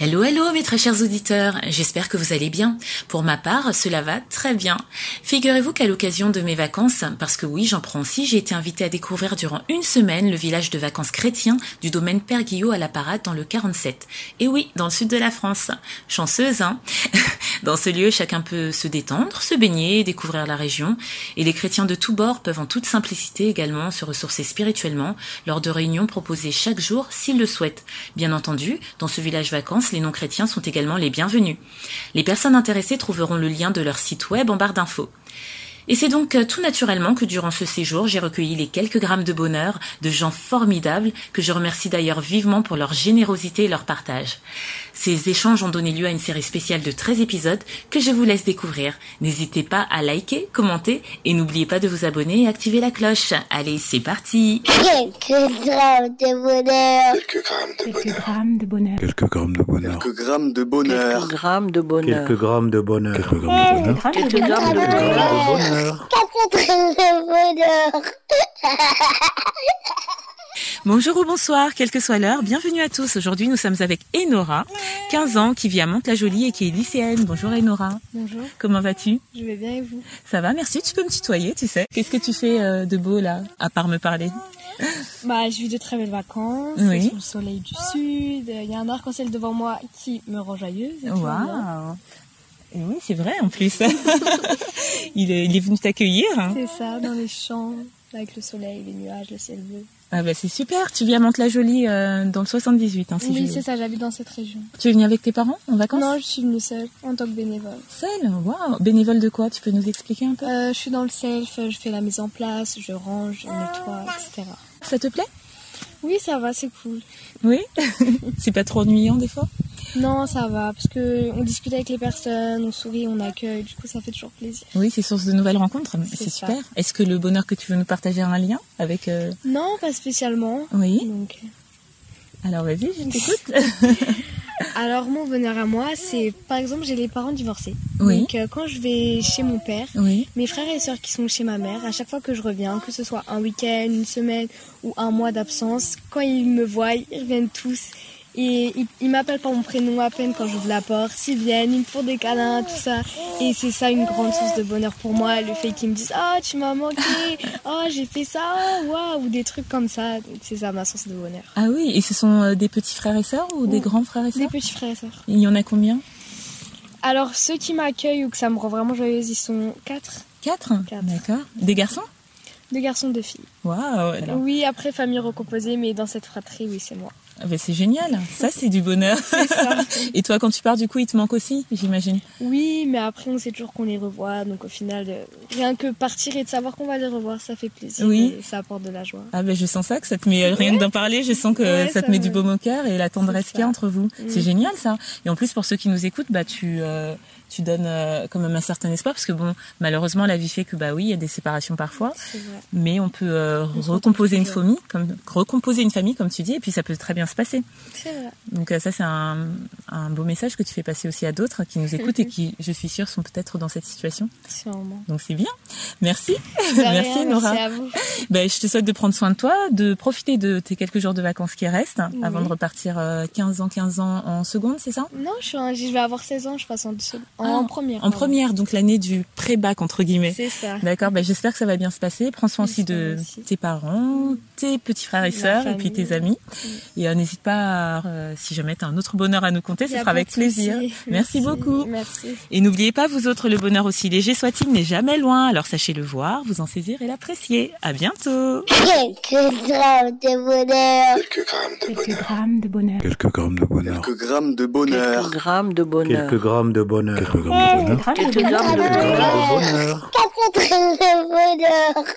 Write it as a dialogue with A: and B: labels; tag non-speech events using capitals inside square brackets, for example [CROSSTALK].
A: Hello, hello, mes très chers auditeurs. J'espère que vous allez bien. Pour ma part, cela va très bien. Figurez-vous qu'à l'occasion de mes vacances, parce que oui, j'en prends aussi, j'ai été invitée à découvrir durant une semaine le village de vacances chrétien du domaine Père Guillot à la Parade dans le 47. Et oui, dans le sud de la France. Chanceuse, hein? Dans ce lieu, chacun peut se détendre, se baigner, découvrir la région. Et les chrétiens de tous bords peuvent en toute simplicité également se ressourcer spirituellement lors de réunions proposées chaque jour s'ils le souhaitent. Bien entendu, dans ce village vacances, les non-chrétiens sont également les bienvenus. Les personnes intéressées trouveront le lien de leur site web en barre d'infos. Et c'est donc euh, tout naturellement que durant ce séjour, j'ai recueilli les quelques grammes de bonheur de gens formidables que je remercie d'ailleurs vivement pour leur générosité et leur partage. Ces échanges ont donné lieu à une série spéciale de 13 épisodes que je vous laisse découvrir. N'hésitez pas à liker, commenter et n'oubliez pas de vous abonner et activer la cloche. Allez, c'est parti
B: Quelques grammes de bonheur.
C: Quelques grammes de
D: Quelques
C: bonheur.
D: grammes de bonheur.
E: Quelques grammes de bonheur.
C: Quelques grammes de
F: Quelques
C: bonheur.
F: grammes de bonheur.
G: Quelques grammes de bonheur.
E: Quelques grammes de bonheur.
D: Quelques
F: Quelques
D: grammes
F: grammes
D: de
F: de
D: bonheur.
C: bonheur.
B: Quatre grammes de bonheur.
A: Bonjour ou bonsoir, quelle que soit l'heure, bienvenue à tous. Aujourd'hui, nous sommes avec Enora, 15 ans, qui vit à Mantes-la-Jolie et qui est lycéenne. Bonjour Enora,
H: Bonjour,
A: comment vas-tu
H: je vais bien et vous
A: Ça va, merci, tu peux me tutoyer, tu sais. Qu'est-ce que tu fais euh, de beau là, à part me parler
H: Bah, j'ai eu de très belles vacances,
A: Oui.
H: sous le soleil du sud, il y a un arc-en-ciel devant moi qui me rend joyeuse. et tout va bien.
A: Waouh Et oui, c'est vrai en plus. [LAUGHS] il, est, il est venu t'accueillir. hein.
H: C'est ça, dans les champs, avec le soleil, les nuages, le ciel bleu.
A: Ah bah c'est super, tu vis à Mantes-la-Jolie euh, dans le 78, hein, si
H: oui,
A: je-
H: c'est ça, j'habite dans cette région.
A: Tu es venu avec tes parents en vacances
H: Non, je suis venue seule, en tant que bénévole.
A: Seul Waouh Bénévole de quoi Tu peux nous expliquer un peu
H: Euh, je suis dans le self, je fais la mise en place, je range, je nettoie, etc.
A: Ça te plaît
H: Oui, ça va, c'est cool.
A: Oui [LAUGHS] C'est pas trop ennuyant des fois
H: Non, ça va, parce que on discute avec les personnes, on sourit, on accueille, du coup, ça fait toujours plaisir.
A: Oui, c'est source de nouvelles rencontres, mais
H: C'est
A: c'est
H: ça.
A: super. Est-ce que le bonheur que tu veux nous partager a un lien avec... euh,
H: Non, pas spécialement.
A: Oui
H: Donc, euh,
A: Alors vas-y, je t'écoute.
H: Alors mon bonheur à moi, c'est par exemple j'ai les parents divorcés.
A: Oui.
H: Donc euh, quand je vais chez mon père,
A: [LAUGHS] oui,
H: mes frères et sœurs qui sont chez ma mère, à chaque fois que je reviens, que ce soit un week-end, une semaine ou un mois d'absence, quand ils me voient, ils reviennent tous. Et ils, ils m'appellent par mon prénom à peine quand j'ouvre la porte. S'ils viennent, ils me font des câlins, tout ça. Et c'est ça une grande source de bonheur pour moi, le fait qu'ils me disent Oh, tu m'as manqué, oh, j'ai fait ça, oh, waouh, ou des trucs comme ça. Donc, C'est ça ma source de bonheur.
A: Ah oui, et ce sont euh, des petits frères et sœurs ou des
H: Oui.
A: grands frères et
H: Des
A: sœurs
H: petits frères et sœurs.
A: Il y en a combien
H: Alors, ceux qui m'accueillent ou que ça me rend vraiment joyeuse, ils sont quatre.
A: Quatre
H: Quatre.
A: D'accord. Des garçons
H: Deux garçons, deux filles.
A: Waouh alors.
H: Oui, après famille recomposée, mais dans cette fratrie, oui, c'est moi.
A: Ah bah, C'est génial, ça c'est du bonheur. [LAUGHS] et toi quand tu pars du coup il te manque aussi j'imagine
H: Oui, mais après, on sait toujours qu'on les revoit, donc au final, euh, rien que partir et de savoir qu'on va les revoir, ça fait plaisir.
A: Oui.
H: et ça apporte de la joie.
A: Ah ben je sens ça, que ça te met, rien que d'en parler, je sens que
H: Ouais,
A: ça te
H: ça
A: met
H: me-
A: du baume au cœur et la tendresse
H: C'est
A: qu'il y a
H: ça.
A: entre vous. C'est
H: Mm.
A: génial ça. Et en plus pour ceux qui nous écoutent, bah tu euh, tu donnes euh, quand même un certain espoir parce que bon malheureusement la vie fait que bah oui il y a des séparations parfois,
H: C'est vrai.
A: mais on peut euh,
H: On se
A: recomposer une
H: retrouve.
A: famille comme recomposer une famille comme tu dis et puis ça peut très bien se passer.
H: C'est vrai.
A: Donc euh, ça c'est un, un beau message que tu fais passer aussi à d'autres qui nous
H: [LAUGHS]
A: écoutent et qui je suis sûre sont peut-être dans cette situation.
H: Sûrement.
A: Donc c'est bien. Merci.
H: De
A: [LAUGHS]
H: rien,
A: Merci, Nora.
H: Merci à vous.
A: Ben, je te souhaite de prendre soin de toi, de profiter de tes quelques jours de vacances qui restent hein,
H: Oui.
A: avant de repartir euh, 15 ans, 15 ans en seconde, c'est ça
H: Non, je, suis un- je vais avoir 16 ans, je passe en, dessous- en,
A: Ah,
H: première.
A: En
H: pardon.
A: première, donc l'année du pré-bac entre guillemets.
H: C'est ça.
A: D'accord, ben, j'espère que ça va bien se passer. Prends soin aussi de
H: J'espère aussi.
A: tes parents, tes petits frères et
H: La
A: sœurs, et puis
H: famille.
A: tes amis.
H: Oui.
A: Et euh, n'hésite pas, à, euh, si jamais tu as un autre bonheur à nous conter,
H: Il y
A: ce
H: a
A: sera
H: pas
A: avec
H: de
A: plaisir.
H: souci.
A: Merci beaucoup.
H: Merci.
A: Et n'oubliez pas, vous autres, le bonheur aussi léger soit-il n'est jamais loin. Alors sachez le voir, vous en saisir et l'apprécier. À bientôt
B: Quelques grammes de bonheur.
C: Quelques grammes de
D: Quelques
C: bonheur.
D: grammes de bonheur.
E: Quelques grammes de bonheur.
C: Quelques grammes de
F: Quelques
C: bonheur.
F: grammes de bonheur.
G: Quelques grammes de bonheur.
E: Quelques grammes de bonheur.
F: Quelques grammes de bonheur.
E: Bonheur.
B: Quatre grammes de bonheur.